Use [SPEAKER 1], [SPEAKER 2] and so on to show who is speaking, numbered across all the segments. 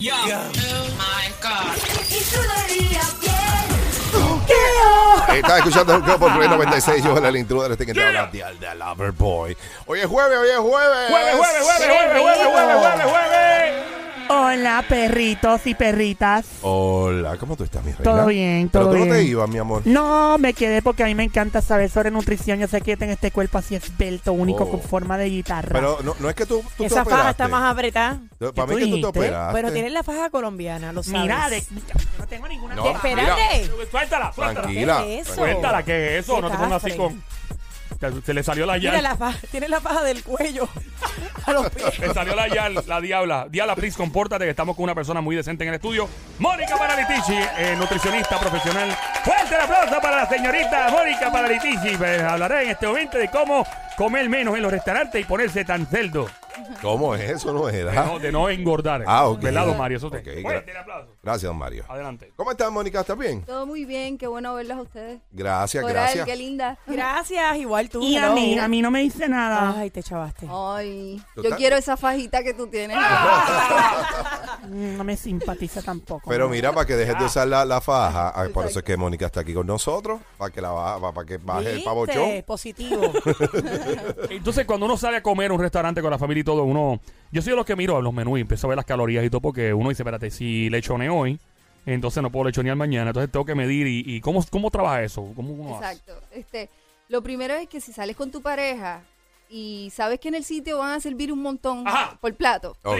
[SPEAKER 1] Yo. Oh my God.
[SPEAKER 2] Estás Eh, escuchando el grupo por Play 96. Yo, el intruder, este que te habla, The, The Lover Boy. Hoy es jueves, hoy es jueves.
[SPEAKER 3] ¡Jueves, jueves, jueves, jueves, jueves, jueves, jueves, jueves!
[SPEAKER 4] Hola, perritos y perritas.
[SPEAKER 2] Hola, ¿cómo tú estás, mi reina?
[SPEAKER 4] Todo bien, todo
[SPEAKER 2] Pero tú no te
[SPEAKER 4] bien.
[SPEAKER 2] ibas, mi amor.
[SPEAKER 4] No, me quedé porque a mí me encanta saber sobre nutrición. Yo sé que tengo este cuerpo así esbelto, único,
[SPEAKER 2] Oh.
[SPEAKER 4] con forma de guitarra.
[SPEAKER 2] Pero no, no es que tú, tú te
[SPEAKER 5] Esa faja
[SPEAKER 2] operaste.
[SPEAKER 5] está más apretada.
[SPEAKER 2] Para mí es
[SPEAKER 4] ¿Qué
[SPEAKER 2] que tú te
[SPEAKER 4] dijiste?
[SPEAKER 2] operaste.
[SPEAKER 5] Pero tienes la faja colombiana, lo sabes.
[SPEAKER 4] Mira, de- yo no tengo ninguna
[SPEAKER 2] No,
[SPEAKER 4] cosa.
[SPEAKER 2] espera.
[SPEAKER 5] Espérate.
[SPEAKER 3] Suéltala, suéltala.
[SPEAKER 2] Tranquila.
[SPEAKER 5] ¿Qué es eso?
[SPEAKER 3] Suéltala, ¿qué es eso?
[SPEAKER 5] Qué
[SPEAKER 3] No te pongas así
[SPEAKER 5] cafre.
[SPEAKER 3] con. Se- Se le salió la
[SPEAKER 5] Mira,
[SPEAKER 3] yal.
[SPEAKER 5] la faja, tienes la faja del cuello a los pies.
[SPEAKER 3] Se salió la yal, la diabla. Diabla, please, compórtate que estamos con una persona muy decente en el estudio. Mónica Paralitici, eh, nutricionista profesional. Fuerte el aplauso para la señorita Mónica Paralitici. Pues, hablará en este momento de cómo comer menos en los restaurantes y ponerse tan celdo.
[SPEAKER 2] ¿Cómo es eso? No era.
[SPEAKER 3] De no, de no engordar.
[SPEAKER 2] Ah, ok.
[SPEAKER 3] ¿Verdad, don Mario? Eso te-
[SPEAKER 2] Ok, gra-
[SPEAKER 3] Fuerte el aplauso.
[SPEAKER 2] Gracias, don Mario.
[SPEAKER 3] Adelante.
[SPEAKER 2] ¿Cómo estás, Mónica? ¿Estás bien?
[SPEAKER 6] Todo muy bien, qué bueno verlos a ustedes.
[SPEAKER 2] Gracias,
[SPEAKER 6] Coral,
[SPEAKER 2] gracias.
[SPEAKER 6] qué linda.
[SPEAKER 5] Gracias, igual tú.
[SPEAKER 4] Y a
[SPEAKER 5] hello.
[SPEAKER 4] mí, a mí no me dice nada.
[SPEAKER 5] Ay, te chavaste.
[SPEAKER 2] Oh,
[SPEAKER 6] Ay,
[SPEAKER 2] ¿Tú
[SPEAKER 6] yo
[SPEAKER 2] estás-
[SPEAKER 6] quiero esa fajita que tú tienes.
[SPEAKER 4] Mm, No me simpatiza tampoco.
[SPEAKER 2] Pero
[SPEAKER 4] ¿no?
[SPEAKER 2] mira, para que dejes de usar la, la faja, ah, por eso es que Mónica está aquí con nosotros, para que la baja, para que baje el
[SPEAKER 5] ¿Viste?
[SPEAKER 2] pavochón.
[SPEAKER 5] Positivo.
[SPEAKER 3] Entonces, cuando uno sale a comer a un restaurante con la familia y todo, uno. Yo soy de los que miro los menús y empiezo a ver las calorías y todo, porque uno dice, espérate, si lechone hoy, entonces no puedo lechonear mañana, entonces tengo que medir. ¿Y, y cómo, cómo trabaja eso? ¿Cómo uno hace?
[SPEAKER 6] Exacto. Este, lo primero es que si sales con tu pareja y sabes que en el sitio van a servir un montón
[SPEAKER 3] Ajá.
[SPEAKER 6] por plato,
[SPEAKER 2] Ok.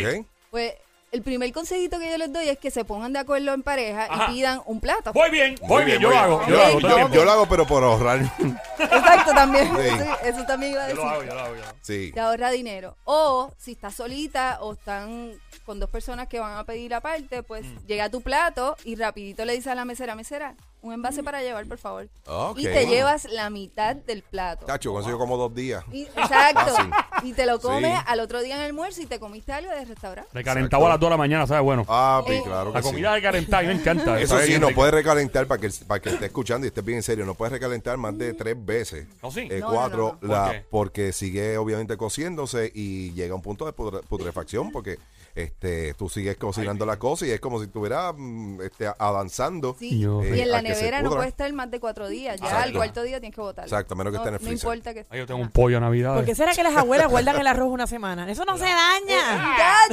[SPEAKER 6] pues el primer consejito que yo les doy es que se pongan de acuerdo en pareja
[SPEAKER 3] Ajá.
[SPEAKER 6] y pidan un plato.
[SPEAKER 3] Voy bien, voy bien, yo lo hago, yo lo hago, todo el
[SPEAKER 2] Yo,
[SPEAKER 3] tiempo.
[SPEAKER 2] yo lo hago, pero por ahorrar.
[SPEAKER 6] Exacto, también.
[SPEAKER 2] Sí.
[SPEAKER 6] Sí, eso también iba a
[SPEAKER 3] Yo
[SPEAKER 6] decir.
[SPEAKER 3] lo hago, yo lo hago, yo lo hago.
[SPEAKER 2] Sí.
[SPEAKER 6] Te ahorra dinero. O si estás solita o están con dos personas que van a pedir aparte, pues
[SPEAKER 2] Mm.
[SPEAKER 6] llega a tu plato y rapidito le dices a la mesera, mesera, un envase para llevar, por favor.
[SPEAKER 2] Ok.
[SPEAKER 6] Y te llevas la mitad del plato.
[SPEAKER 2] Chacho, con eso yo como dos días.
[SPEAKER 6] Y- exacto.
[SPEAKER 2] Fácil.
[SPEAKER 6] Y te lo comes
[SPEAKER 2] Sí.
[SPEAKER 6] al otro día en el almuerzo y te comiste algo de restaurante.
[SPEAKER 3] Recalentado a las 2 de la mañana, ¿sabes? Bueno,
[SPEAKER 2] Ah,
[SPEAKER 6] Eh,
[SPEAKER 2] claro que
[SPEAKER 3] la
[SPEAKER 2] sí.
[SPEAKER 3] comida de calentar, me encanta.
[SPEAKER 2] Eso
[SPEAKER 3] ¿sabes? Este,
[SPEAKER 2] sí,
[SPEAKER 3] Bien
[SPEAKER 2] no
[SPEAKER 3] rica.
[SPEAKER 2] puedes recalentar para que, para que esté escuchando y estés bien en serio. No puedes recalentar más de tres veces.
[SPEAKER 3] ¿Oh, sí?
[SPEAKER 2] Eh,
[SPEAKER 6] No, no,
[SPEAKER 2] cuatro,
[SPEAKER 6] no,
[SPEAKER 3] no.
[SPEAKER 2] la-
[SPEAKER 3] ¿Por qué?
[SPEAKER 2] porque sigue obviamente cociéndose y llega a un punto de putre- putrefacción porque este tú sigues cocinando las cosas y es como si estuvieras mm, este, avanzando.
[SPEAKER 6] Sí.
[SPEAKER 3] Yo-
[SPEAKER 6] y
[SPEAKER 2] Eh,
[SPEAKER 6] en
[SPEAKER 2] a
[SPEAKER 6] la
[SPEAKER 2] que se
[SPEAKER 6] nevera no
[SPEAKER 2] pudra.
[SPEAKER 6] puede estar más de cuatro días. Ya al
[SPEAKER 2] Exacto.
[SPEAKER 6] cuarto día tienes que botarlo.
[SPEAKER 2] Exacto, a menos que
[SPEAKER 6] no,
[SPEAKER 2] esté en el
[SPEAKER 6] no
[SPEAKER 2] freezer.
[SPEAKER 6] importa que
[SPEAKER 3] Ay, yo tengo un pollo a Navidad.
[SPEAKER 5] ¿Por qué será que las abuelas guardan el arroz una semana? Eso no se daña.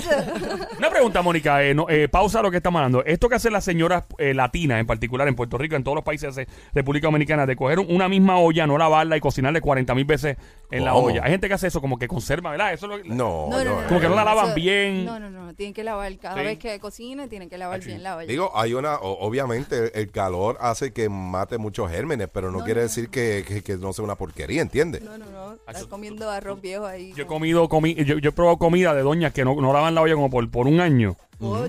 [SPEAKER 3] Una pregunta, Mónica. eh, no, eh, pausa lo que estamos hablando. Esto que hacen las señoras eh, latinas, en particular en Puerto Rico, en todos los países de República Dominicana, de coger una misma olla, no lavarla y cocinarle 40 mil veces en la
[SPEAKER 2] ¿Cómo?
[SPEAKER 3] olla. Hay gente que hace eso, como que conserva, ¿verdad? Eso es lo,
[SPEAKER 2] No, no, eh.
[SPEAKER 3] Como que no la lavan
[SPEAKER 6] Eso-
[SPEAKER 3] bien.
[SPEAKER 6] No, no, no. Tienen que lavar cada
[SPEAKER 3] Sí.
[SPEAKER 6] vez que cocinen, tienen que lavar bien la olla.
[SPEAKER 2] Digo, hay una, o- obviamente el calor hace que mate muchos gérmenes, pero no, quiere decir Que, que- que no sea una porquería, ¿entiendes?
[SPEAKER 6] No, no, no.
[SPEAKER 3] Ah,
[SPEAKER 6] Estás
[SPEAKER 3] yo-
[SPEAKER 6] comiendo arroz viejo ahí.
[SPEAKER 3] Yo he comido comi- yo, yo he probado comida de doñas que no, no lavan la olla como por, por un año.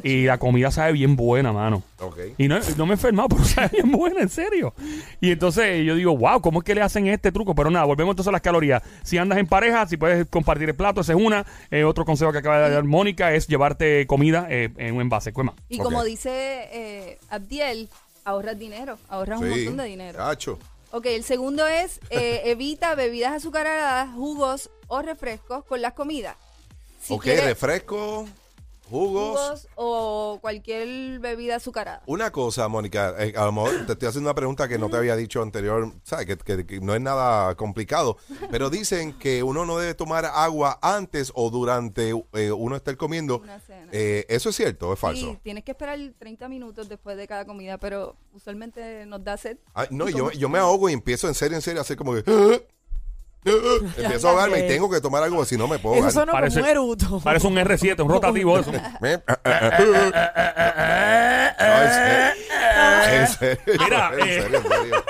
[SPEAKER 3] Y la comida sabe bien buena, mano.
[SPEAKER 2] Ok.
[SPEAKER 3] Y no, no me he enfermado, pero sabe bien buena, en serio. Y entonces yo digo, wow, ¿cómo es que le hacen este truco? Pero nada, volvemos entonces a las calorías. Si andas en pareja, si puedes compartir el plato, esa es una. Eh, otro consejo que acaba de dar Mónica es llevarte comida eh, en un envase. ¿Cuál más?
[SPEAKER 6] Y
[SPEAKER 2] Ok.
[SPEAKER 6] como dice eh, Abdiel, ahorras dinero, ahorras un
[SPEAKER 2] Sí.
[SPEAKER 6] montón de dinero.
[SPEAKER 3] Ah.
[SPEAKER 2] Chacho.
[SPEAKER 6] Ok, el segundo es eh, evita bebidas azucaradas, jugos o refrescos con las comidas. Si
[SPEAKER 2] ok,
[SPEAKER 6] quieres
[SPEAKER 2] refresco, jugos.
[SPEAKER 6] jugos o cualquier bebida azucarada.
[SPEAKER 2] Una cosa, Mónica, eh, a lo mejor te estoy haciendo una pregunta que no te había dicho anterior, ¿sabes? Que, que- que no es nada complicado, pero dicen que uno no debe tomar agua antes o durante eh, uno estar comiendo.
[SPEAKER 6] Una cena.
[SPEAKER 2] Eh, ¿Eso es cierto o es falso?
[SPEAKER 6] Sí, tienes que esperar 30 minutos después de cada comida, pero usualmente nos da sed.
[SPEAKER 2] Ay, no,
[SPEAKER 6] Y
[SPEAKER 2] yo,
[SPEAKER 6] como-
[SPEAKER 2] yo me ahogo y empiezo en serio, en serio, a hacer como que... empiezo a ahogarme y tengo que tomar algo, si no me puedo
[SPEAKER 5] Eso
[SPEAKER 2] ahogar.
[SPEAKER 5] sonó
[SPEAKER 3] Parece-
[SPEAKER 5] como un eruto.
[SPEAKER 3] Parece un R7, un rotativo. eso.
[SPEAKER 2] No, en serio. En serio,
[SPEAKER 3] Mira,
[SPEAKER 2] en
[SPEAKER 3] eh.
[SPEAKER 2] serio, en serio.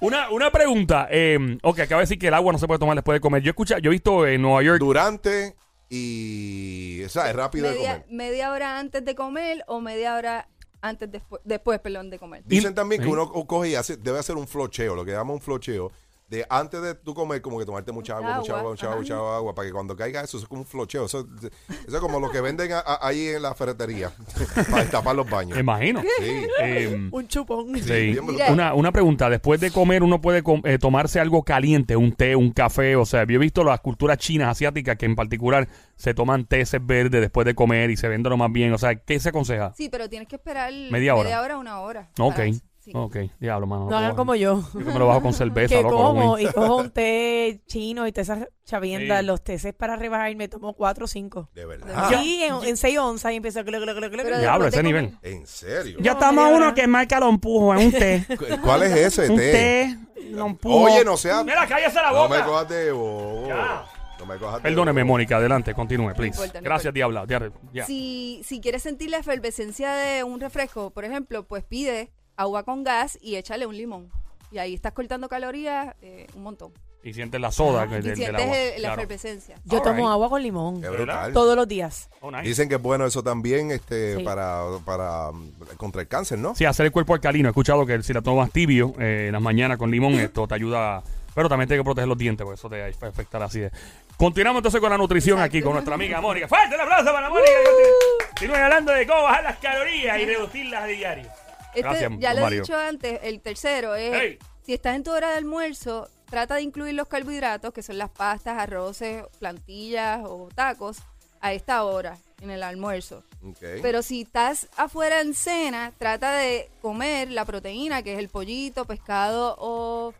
[SPEAKER 3] Una, una pregunta. Eh, ok, acaba de decir que el agua no se puede tomar después de comer. Yo escucha, yo he visto en Nueva York.
[SPEAKER 2] Durante y... O sea, es rápido de
[SPEAKER 6] Media,
[SPEAKER 2] comer.
[SPEAKER 6] media hora antes de comer o media hora antes después, después perdón, de comer.
[SPEAKER 2] Dicen también que
[SPEAKER 3] Sí.
[SPEAKER 2] uno coge y hace, debe hacer un flocheo, lo que llama un flocheo, de antes de tú comer, como que tomarte mucha agua, mucha
[SPEAKER 6] Mucha
[SPEAKER 2] agua,
[SPEAKER 6] agua,
[SPEAKER 2] mucha
[SPEAKER 6] ajá.
[SPEAKER 2] agua, mucha agua, para que cuando caiga eso, eso es como un flocheo. Eso, eso es como lo que venden a- a- ahí en la ferretería para tapar los baños.
[SPEAKER 3] Me imagino.
[SPEAKER 2] Sí.
[SPEAKER 3] Eh,
[SPEAKER 5] Un chupón.
[SPEAKER 3] sí.
[SPEAKER 2] bien
[SPEAKER 6] brutal.
[SPEAKER 3] Una, una pregunta, después de comer uno puede com- eh, tomarse algo caliente, un té, un café, o sea, yo he visto las culturas chinas, asiáticas, que en particular se toman teces verdes después de comer y se venden lo más bien, o sea, ¿qué se aconseja?
[SPEAKER 6] Sí, pero tienes que esperar
[SPEAKER 3] Media hora.
[SPEAKER 6] a una hora.
[SPEAKER 3] Ok,
[SPEAKER 6] para- sí.
[SPEAKER 3] ok, diablo, mano.
[SPEAKER 5] No hagan
[SPEAKER 3] puedo-
[SPEAKER 5] como yo.
[SPEAKER 3] Yo que me lo bajo con cerveza,
[SPEAKER 5] que
[SPEAKER 3] loco.
[SPEAKER 5] como
[SPEAKER 3] Halloween.
[SPEAKER 5] y cojo un té chino y todas esas chaviendas,
[SPEAKER 3] Sí.
[SPEAKER 5] los teces para rebajar y me tomo cuatro o cinco.
[SPEAKER 2] De verdad.
[SPEAKER 5] Sí, en, en seis onzas y empiezo a... clo, clo, clo, clo,
[SPEAKER 6] Pero
[SPEAKER 5] clo.
[SPEAKER 3] Diablo,
[SPEAKER 6] después
[SPEAKER 3] ese
[SPEAKER 6] de
[SPEAKER 3] nivel.
[SPEAKER 2] En serio.
[SPEAKER 4] Yo tomo uno que marca lo empujo, es un té.
[SPEAKER 2] ¿Cu- ¿Cuál es ese
[SPEAKER 4] un
[SPEAKER 2] té?
[SPEAKER 4] té, lo empujo.
[SPEAKER 2] Oye, no sea.
[SPEAKER 3] Mira, cállese la
[SPEAKER 2] No me
[SPEAKER 3] boca.
[SPEAKER 2] cojas de bobo.
[SPEAKER 3] Ya.
[SPEAKER 2] No me cojas de
[SPEAKER 3] Perdóneme,
[SPEAKER 2] bobo.
[SPEAKER 3] Mónica, adelante, continúe, please.
[SPEAKER 6] importa, no
[SPEAKER 3] Gracias,
[SPEAKER 6] importa.
[SPEAKER 3] diabla. diabla, ya.
[SPEAKER 6] Si, si quieres sentir la efervescencia de un refresco, por ejemplo, pues pide agua con gas y échale un limón. Y ahí estás cortando calorías eh, un montón.
[SPEAKER 3] Y sientes la soda que
[SPEAKER 6] Ah, Y
[SPEAKER 3] Pues del- del
[SPEAKER 6] sientes
[SPEAKER 3] agua.
[SPEAKER 6] el- la
[SPEAKER 3] Claro.
[SPEAKER 6] efervescencia.
[SPEAKER 5] Yo
[SPEAKER 3] All
[SPEAKER 5] tomo
[SPEAKER 3] right.
[SPEAKER 5] agua con limón
[SPEAKER 2] Qué brutal.
[SPEAKER 5] todos los días.
[SPEAKER 3] Oh, nice.
[SPEAKER 2] Dicen que es bueno eso también este,
[SPEAKER 5] Sí.
[SPEAKER 2] para, para um, contra el cáncer, ¿no?
[SPEAKER 3] Sí, hacer el cuerpo alcalino. He escuchado que si la tomas tibio eh, en las mañanas con limón, esto te ayuda. Pero también tienes que proteger los dientes, porque eso te va a afectar así de. Continuamos entonces con la nutrición aquí con nuestra amiga Mónica. ¡Fuerte el aplauso para Mónica!
[SPEAKER 6] ¡Uh!
[SPEAKER 3] Continúen hablando de cómo bajar las calorías y reducirlas a diario.
[SPEAKER 6] Este,
[SPEAKER 3] Gracias,
[SPEAKER 6] ya lo he
[SPEAKER 3] Mario.
[SPEAKER 6] dicho antes, el tercero es,
[SPEAKER 3] Hey.
[SPEAKER 6] si estás en tu hora de almuerzo, trata de incluir los carbohidratos, que son las pastas, arroces, plantillas o tacos, a esta hora, en el almuerzo.
[SPEAKER 2] Ok.
[SPEAKER 6] Pero si estás afuera en cena, trata de comer la proteína, que es el pollito, pescado o,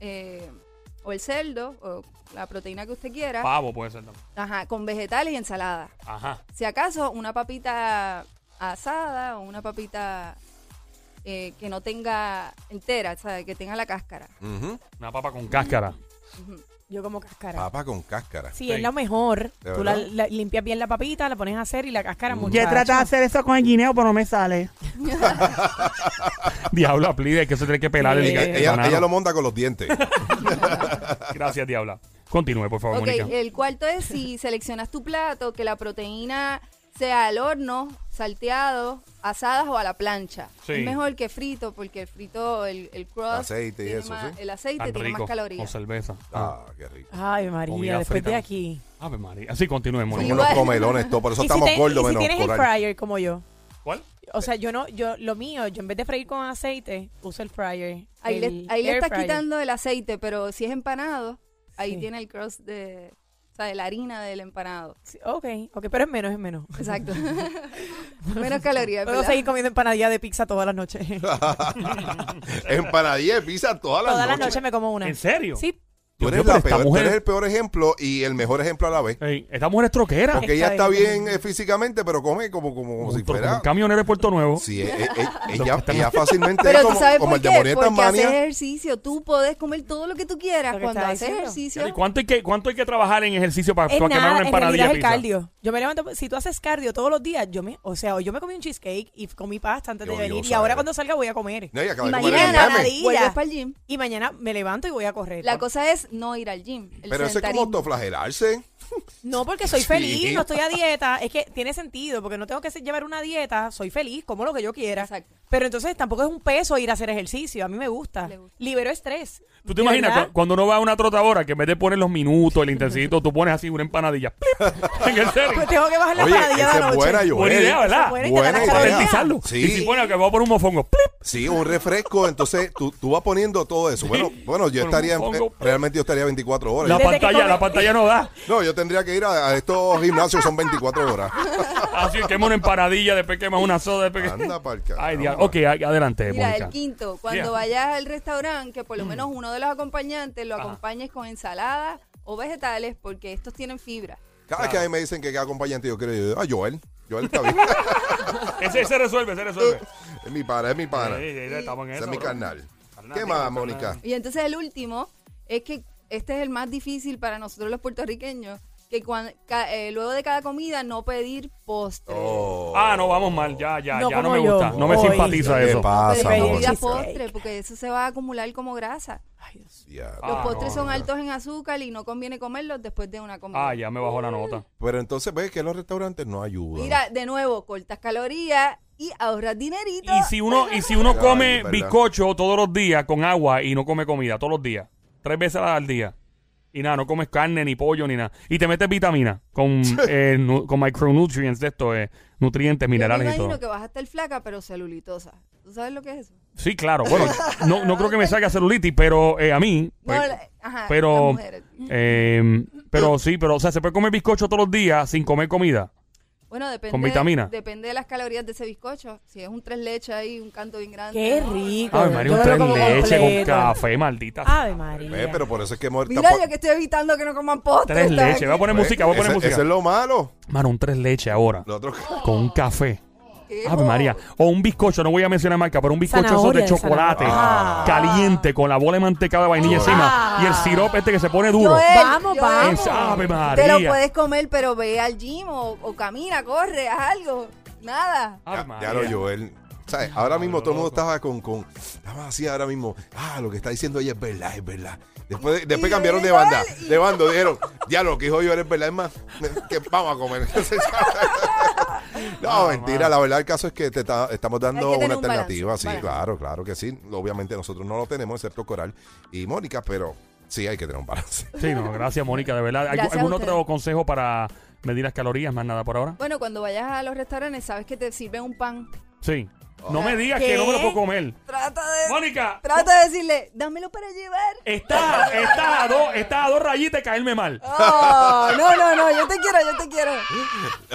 [SPEAKER 6] eh, o el cerdo, o la proteína que usted quiera,
[SPEAKER 3] Pavo puede ser también.
[SPEAKER 6] ajá, con vegetales y ensalada.
[SPEAKER 3] Ajá.
[SPEAKER 6] Si acaso una papita asada o una papita eh, que no tenga entera, ¿sabes? que tenga la cáscara.
[SPEAKER 2] Ujú.
[SPEAKER 3] Una papa con cáscara.
[SPEAKER 5] Yo como cáscara.
[SPEAKER 2] Papa con cáscara.
[SPEAKER 5] Sí, es la mejor.
[SPEAKER 2] Ah, ¿De
[SPEAKER 5] Tú la,
[SPEAKER 2] verdad?
[SPEAKER 5] la- limpias bien la papita, la pones a hacer y la cáscara mucho.
[SPEAKER 4] Yo he tratado de hacer eso con el guineo, pero no me sale.
[SPEAKER 3] Diabla, please, es que se tiene que pelar el,
[SPEAKER 5] Sí.
[SPEAKER 2] Ella,
[SPEAKER 3] el
[SPEAKER 2] ella-
[SPEAKER 3] banano.
[SPEAKER 2] ella lo monta con los dientes.
[SPEAKER 3] Gracias, Diabla. Continúe, por favor,
[SPEAKER 6] Ok, eh,
[SPEAKER 3] Mónica.
[SPEAKER 6] el cuarto es si seleccionas tu plato, que la proteína sea al horno, salteado, asadas o a la plancha.
[SPEAKER 3] Sí.
[SPEAKER 6] Es mejor que frito, porque el frito, el, el crust,
[SPEAKER 2] Aceite y
[SPEAKER 6] tiene
[SPEAKER 2] eso,
[SPEAKER 6] más-
[SPEAKER 2] ¿sí?
[SPEAKER 6] el aceite
[SPEAKER 3] Tan
[SPEAKER 6] tiene
[SPEAKER 3] rico.
[SPEAKER 6] más
[SPEAKER 3] Con
[SPEAKER 6] calorías.
[SPEAKER 3] cerveza. Ah.
[SPEAKER 2] Ah, qué rico.
[SPEAKER 5] Ay, María,
[SPEAKER 3] Comida
[SPEAKER 5] después
[SPEAKER 3] frita.
[SPEAKER 5] de aquí.
[SPEAKER 3] Ave María. Así continúe,
[SPEAKER 2] Somos
[SPEAKER 3] Mónica.
[SPEAKER 6] Igual.
[SPEAKER 2] unos comelones, todo. Por eso
[SPEAKER 5] y
[SPEAKER 2] estamos
[SPEAKER 5] si, te-
[SPEAKER 2] gordos
[SPEAKER 5] y si
[SPEAKER 2] menos
[SPEAKER 5] tienes el
[SPEAKER 2] por ahí.
[SPEAKER 5] fryer como yo.
[SPEAKER 3] ¿Cuál?
[SPEAKER 5] O sea, yo no, yo, lo mío, yo en vez de freír con aceite, uso el fryer.
[SPEAKER 6] Ahí
[SPEAKER 5] el
[SPEAKER 6] le, ahí le
[SPEAKER 5] air
[SPEAKER 6] estás
[SPEAKER 5] fryer.
[SPEAKER 6] quitando el aceite, pero si es empanado, ahí
[SPEAKER 5] Sí.
[SPEAKER 6] tiene el crust de, o sea, de la harina del empanado.
[SPEAKER 5] Sí, Ok, ok, pero es menos, es menos.
[SPEAKER 6] Exacto. Menos calorías.
[SPEAKER 5] Puedo
[SPEAKER 6] ¿verdad?
[SPEAKER 5] seguir comiendo empanadilla de pizza todas las noches.
[SPEAKER 2] Empanadilla de pizza todas las
[SPEAKER 5] todas las
[SPEAKER 2] noches.
[SPEAKER 5] noches me como una.
[SPEAKER 3] ¿En serio?
[SPEAKER 5] Sí,
[SPEAKER 2] Tú eres,
[SPEAKER 3] Dios mío, pero
[SPEAKER 2] la
[SPEAKER 3] esta
[SPEAKER 2] peor- tú
[SPEAKER 3] mujer-
[SPEAKER 2] eres el peor ejemplo y el mejor ejemplo a la vez.
[SPEAKER 3] Ey, esta mujer es troquera.
[SPEAKER 2] Porque ella
[SPEAKER 5] Está
[SPEAKER 2] está
[SPEAKER 5] bien.
[SPEAKER 2] bien eh, físicamente, pero come como, como, como
[SPEAKER 3] Como
[SPEAKER 2] si
[SPEAKER 3] un tro- como
[SPEAKER 2] fuera.
[SPEAKER 3] un camionero de Puerto Nuevo.
[SPEAKER 2] Sí, eh, eh, eh, ella, ella fácilmente es
[SPEAKER 6] Pero tú
[SPEAKER 2] como,
[SPEAKER 6] sabes
[SPEAKER 2] como
[SPEAKER 6] por
[SPEAKER 2] el de
[SPEAKER 6] qué,
[SPEAKER 2] Moretas
[SPEAKER 6] porque haces
[SPEAKER 2] Mania.
[SPEAKER 6] ejercicio, tú puedes comer todo lo que tú quieras
[SPEAKER 5] Lo que
[SPEAKER 6] cuando
[SPEAKER 5] estaba
[SPEAKER 6] haces
[SPEAKER 5] diciendo.
[SPEAKER 6] ejercicio.
[SPEAKER 3] ¿Y cuánto hay que, cuánto hay que trabajar en ejercicio para,
[SPEAKER 5] es
[SPEAKER 3] para quemar
[SPEAKER 5] nada,
[SPEAKER 3] Ah, una
[SPEAKER 5] en realidad
[SPEAKER 3] empanadilla
[SPEAKER 5] es
[SPEAKER 3] de
[SPEAKER 5] el
[SPEAKER 3] pizza?
[SPEAKER 5] cardio. Yo me levanto, si tú haces cardio todos los días, yo me, o sea, hoy yo me comí un cheesecake y comí pasta antes de
[SPEAKER 2] Qué odiosa
[SPEAKER 5] venir y ahora
[SPEAKER 2] eres.
[SPEAKER 5] cuando salga voy a comer.
[SPEAKER 2] No, ella acaba
[SPEAKER 6] Y
[SPEAKER 2] de comer el
[SPEAKER 6] mañana
[SPEAKER 2] ñame.
[SPEAKER 5] nadie-
[SPEAKER 6] vuelves para el gym.
[SPEAKER 5] Y mañana me levanto y voy a correr.
[SPEAKER 6] La cosa es no ir al gym. el
[SPEAKER 2] Pero eso es como
[SPEAKER 6] sedentarismo.
[SPEAKER 2] autoflagelarse.
[SPEAKER 5] No, porque soy
[SPEAKER 2] Sí.
[SPEAKER 5] feliz, no estoy a dieta. Es que tiene sentido, porque no tengo que se- llevar una dieta, soy feliz, como lo que yo quiera.
[SPEAKER 6] Exacto.
[SPEAKER 5] Pero entonces tampoco es un peso ir a hacer ejercicio, a mí me gusta.
[SPEAKER 6] Le gusta.
[SPEAKER 5] Libero estrés.
[SPEAKER 3] ¿Tú te
[SPEAKER 5] ¿De
[SPEAKER 3] imaginas
[SPEAKER 5] verdad?
[SPEAKER 3] cu- cuando uno va a una trotadora que en vez de poner los minutos, el intensito, tú pones así una empanadilla? ¿En el serio?
[SPEAKER 5] Pues tengo que bajar la
[SPEAKER 2] Oye,
[SPEAKER 5] paradilla de
[SPEAKER 2] esa
[SPEAKER 5] la
[SPEAKER 2] es
[SPEAKER 5] noche.
[SPEAKER 2] buena, Joel.
[SPEAKER 3] Buena idea, ¿verdad?
[SPEAKER 5] Buena
[SPEAKER 2] Buena
[SPEAKER 5] idea.
[SPEAKER 2] idea.
[SPEAKER 3] Patentizarlo.
[SPEAKER 2] Sí.
[SPEAKER 3] Y si pone que va por un mofongo, ¡plip!
[SPEAKER 2] Sí, un refresco, entonces tú, tú vas poniendo todo eso. Bueno, bueno, yo
[SPEAKER 3] Con un
[SPEAKER 2] estaría,
[SPEAKER 3] pongo.
[SPEAKER 2] eh, realmente yo estaría 24 horas.
[SPEAKER 3] la
[SPEAKER 5] Desde que
[SPEAKER 3] pantalla,
[SPEAKER 5] come-
[SPEAKER 3] la pantalla no da.
[SPEAKER 2] No, yo tendría que ir a, a estos gimnasios, son 24 horas.
[SPEAKER 3] Así quema una empanadilla, después quema una soda, después que-
[SPEAKER 2] Anda pa'l carajo.
[SPEAKER 3] Ay, Dios. Ok, a- adelante,
[SPEAKER 6] Mira,
[SPEAKER 3] Mónica.
[SPEAKER 6] el quinto, cuando
[SPEAKER 3] Yeah.
[SPEAKER 6] vayas al restaurante, que
[SPEAKER 5] Mm.
[SPEAKER 6] por lo menos uno de los acompañantes lo acompañes con ensalada o vegetales, porque estos tienen fibra.
[SPEAKER 2] Cada vez que a mí me dicen que qué acompañante yo quiero, yo digo, ah, Joel. Joel está bien.
[SPEAKER 3] Ese se resuelve, se resuelve.
[SPEAKER 2] es mi pana, es mi pana.
[SPEAKER 3] Ey, ey, ey, estamos en
[SPEAKER 2] Ese
[SPEAKER 3] eso,
[SPEAKER 2] es mi
[SPEAKER 3] bro.
[SPEAKER 2] carnal.
[SPEAKER 3] Carnal,
[SPEAKER 2] ¿Qué
[SPEAKER 3] tío,
[SPEAKER 2] más,
[SPEAKER 3] carnal.
[SPEAKER 2] Mónica?
[SPEAKER 6] Y entonces el último es que este es el más difícil para nosotros los puertorriqueños, que cuan- ca- eh, luego de cada comida no pedir postre.
[SPEAKER 2] Oh.
[SPEAKER 3] Ah, no, vamos mal. Ya, ya,
[SPEAKER 5] No
[SPEAKER 3] ya no
[SPEAKER 5] como
[SPEAKER 3] me
[SPEAKER 5] yo.
[SPEAKER 3] gusta. No me
[SPEAKER 5] Hoy.
[SPEAKER 3] simpatiza
[SPEAKER 2] ¿Qué
[SPEAKER 3] eso.
[SPEAKER 6] Pero
[SPEAKER 2] pasa,
[SPEAKER 5] Pedí
[SPEAKER 6] no
[SPEAKER 2] amor?
[SPEAKER 5] vida.
[SPEAKER 6] pidas
[SPEAKER 5] Cheesecake.
[SPEAKER 6] postre, porque eso se va a acumular como grasa.
[SPEAKER 5] Ay, Dios.
[SPEAKER 2] Ya.
[SPEAKER 3] Ah,
[SPEAKER 6] Los postres
[SPEAKER 3] no,
[SPEAKER 6] son
[SPEAKER 3] no.
[SPEAKER 6] altos en azúcar y no conviene comerlos después de una comida.
[SPEAKER 3] Ah, ya me bajó la nota.
[SPEAKER 2] Pero entonces ves que los restaurantes no ayudan.
[SPEAKER 6] Mira, de nuevo, cortas calorías y ahorras dinerito.
[SPEAKER 3] Y si uno, y si uno
[SPEAKER 2] Ay,
[SPEAKER 3] come
[SPEAKER 2] verdad.
[SPEAKER 3] bizcocho todos los días con agua y no come comida todos los días, tres veces al día. Y nada, no comes carne, ni pollo, ni nada. Y te metes vitamina con, eh, nu- con micronutrients de esto, eh, nutrientes,
[SPEAKER 6] Yo
[SPEAKER 3] minerales
[SPEAKER 6] me
[SPEAKER 3] y
[SPEAKER 6] imagino
[SPEAKER 3] todo.
[SPEAKER 6] que vas a estar flaca, pero celulitosa. ¿Tú sabes lo que es eso?
[SPEAKER 3] Sí, claro. Bueno, no, no creo que me salga celulitis, pero eh, a mí. pues,
[SPEAKER 6] No, la- ajá, las
[SPEAKER 3] pero,
[SPEAKER 6] mujeres.
[SPEAKER 3] eh, pero sí, pero, o sea, se puede comer bizcocho todos los días sin comer comida.
[SPEAKER 6] Bueno, depende.
[SPEAKER 3] con vitamina.
[SPEAKER 6] Depende de las calorías de ese bizcocho. Si es un tres leches ahí, un canto bien grande.
[SPEAKER 5] Qué
[SPEAKER 6] ¿no?
[SPEAKER 5] rico.
[SPEAKER 3] Ay,
[SPEAKER 5] Yo
[SPEAKER 3] María,
[SPEAKER 5] me
[SPEAKER 3] un
[SPEAKER 5] lo
[SPEAKER 3] tres
[SPEAKER 5] como
[SPEAKER 3] leche con
[SPEAKER 5] completo. Ah,
[SPEAKER 3] café, maldita. sea.
[SPEAKER 5] Ave María.
[SPEAKER 2] Ve, pero por eso es que muerta.
[SPEAKER 6] Mira, yo que estoy evitando que no coman postres.
[SPEAKER 3] Tres
[SPEAKER 6] ¿sabes?
[SPEAKER 3] leche. Voy a poner música, voy a poner música.
[SPEAKER 2] Eso Pues es lo malo.
[SPEAKER 3] Mano, un tres leche ahora.
[SPEAKER 2] Lo otro que-
[SPEAKER 3] Con un café.
[SPEAKER 6] Qué
[SPEAKER 3] Ave María. O un bizcocho, no voy a mencionar marca, pero un bizcocho esos
[SPEAKER 5] Zanahoria,
[SPEAKER 3] de chocolate.
[SPEAKER 5] zanahoria.
[SPEAKER 3] Caliente, con la bola de mantecado de vainilla encima.
[SPEAKER 5] Ah.
[SPEAKER 3] Y el sirope este que se pone
[SPEAKER 6] Joel,
[SPEAKER 3] duro.
[SPEAKER 5] Vamos,
[SPEAKER 6] Joel,
[SPEAKER 5] vamos.
[SPEAKER 3] Es- Ave
[SPEAKER 6] Te lo
[SPEAKER 3] María.
[SPEAKER 6] puedes comer, pero ve al gym o, o camina, corre, haz algo. Nada.
[SPEAKER 3] Ave
[SPEAKER 2] Ya, ya lo
[SPEAKER 3] María.
[SPEAKER 2] Joel. ¿Sabes? Ahora mismo todo el mundo estaba con, con. Estaba así ahora mismo. Ah, lo que está diciendo ella es verdad, es verdad. Después, de- después
[SPEAKER 6] Y
[SPEAKER 2] cambiaron de
[SPEAKER 6] Joel,
[SPEAKER 2] banda.
[SPEAKER 6] y-
[SPEAKER 2] De bando, dijeron. Ya lo que dijo Joel es verdad. Es más, que vamos a comer. no, mentira. La verdad, el caso es que te está- estamos
[SPEAKER 6] Hay
[SPEAKER 2] dando
[SPEAKER 6] que tener
[SPEAKER 2] una
[SPEAKER 6] un balance,
[SPEAKER 2] alternativa. sí,
[SPEAKER 6] balance.
[SPEAKER 2] claro, claro que sí. Obviamente nosotros no lo tenemos, excepto Coral y Mónica, pero sí hay que tener un balance.
[SPEAKER 3] Sí, no, gracias, Mónica, de verdad. ¿Algú-
[SPEAKER 6] Gracias a
[SPEAKER 3] ¿Algún
[SPEAKER 6] ustedes.
[SPEAKER 3] otro consejo para medir las calorías? Más nada por ahora.
[SPEAKER 6] Bueno, cuando vayas a los restaurantes, sabes que te sirven un pan.
[SPEAKER 3] Sí. No me digas que
[SPEAKER 5] ¿Qué?
[SPEAKER 3] no me lo puedo comer.
[SPEAKER 6] Trata de.
[SPEAKER 3] Mónica, Eh.
[SPEAKER 6] Trata de decirle, dámelo para llevar.
[SPEAKER 3] estás está a, dos- estás a dos rayitas de caerme mal.
[SPEAKER 6] Oh, no, no, no, yo te quiero, yo te quiero.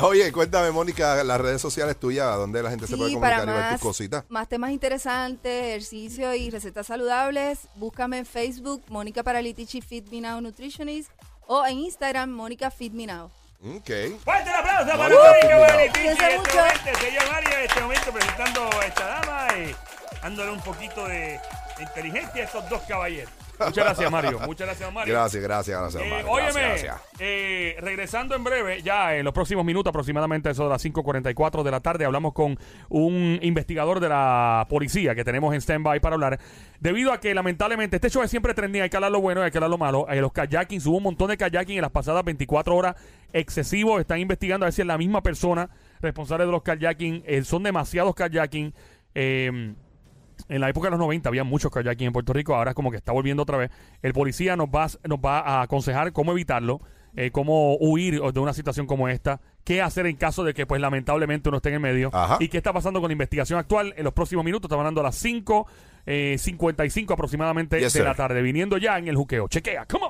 [SPEAKER 2] Oye, cuéntame, Mónica, las redes sociales tuyas, donde la gente se puede
[SPEAKER 6] Sí, para
[SPEAKER 2] comunicar y ver
[SPEAKER 6] más,
[SPEAKER 2] tus cositas.
[SPEAKER 6] más temas interesantes, ejercicio y recetas saludables, búscame en Facebook, Mónica Paralitici Fit Me Now Nutritionist, o en Instagram, Mónica Fit Me Now.
[SPEAKER 2] Ok.
[SPEAKER 3] ¡Fuerte el aplauso
[SPEAKER 2] Mónica
[SPEAKER 3] para Mónica
[SPEAKER 2] Furtado.
[SPEAKER 3] Valentini! En
[SPEAKER 6] Cuídense
[SPEAKER 3] este
[SPEAKER 6] mucho.
[SPEAKER 3] momento, señor Mario, en este momento presentando a esta dama y dándole un poquito de inteligencia a estos dos caballeros. Muchas gracias, Mario. Muchas gracias, Mario.
[SPEAKER 2] Gracias, gracias, gracias,
[SPEAKER 3] Eh,
[SPEAKER 2] Mario.
[SPEAKER 3] óyeme,
[SPEAKER 2] Gracias, gracias.
[SPEAKER 3] eh, regresando en breve, ya en los próximos minutos, aproximadamente eso de las 5.44 de la tarde, hablamos con un investigador de la policía que tenemos en stand-by para hablar. Debido a que, lamentablemente, este show es siempre trending, hay que hablar lo bueno, hay que hablar lo malo. Eh, los kayakings, hubo un montón de kayaking en las pasadas 24 horas excesivos. Están investigando a ver si es la misma persona responsable de los kayaking. Eh, son demasiados kayaking. Eh, en la época de los 90 había muchos kayaking en Puerto Rico, ahora es como que está volviendo otra vez. El policía nos va, a- nos va a aconsejar cómo evitarlo, eh, cómo huir de una situación como esta, qué hacer en caso de que pues lamentablemente uno esté en el medio
[SPEAKER 2] Ajá.
[SPEAKER 3] y qué está pasando con la investigación actual en los próximos minutos. Estamos hablando a las 5, eh, 55 aproximadamente
[SPEAKER 2] Yes,
[SPEAKER 3] de la
[SPEAKER 2] sir.
[SPEAKER 3] tarde, viniendo ya en el juqueo. Chequea, come on.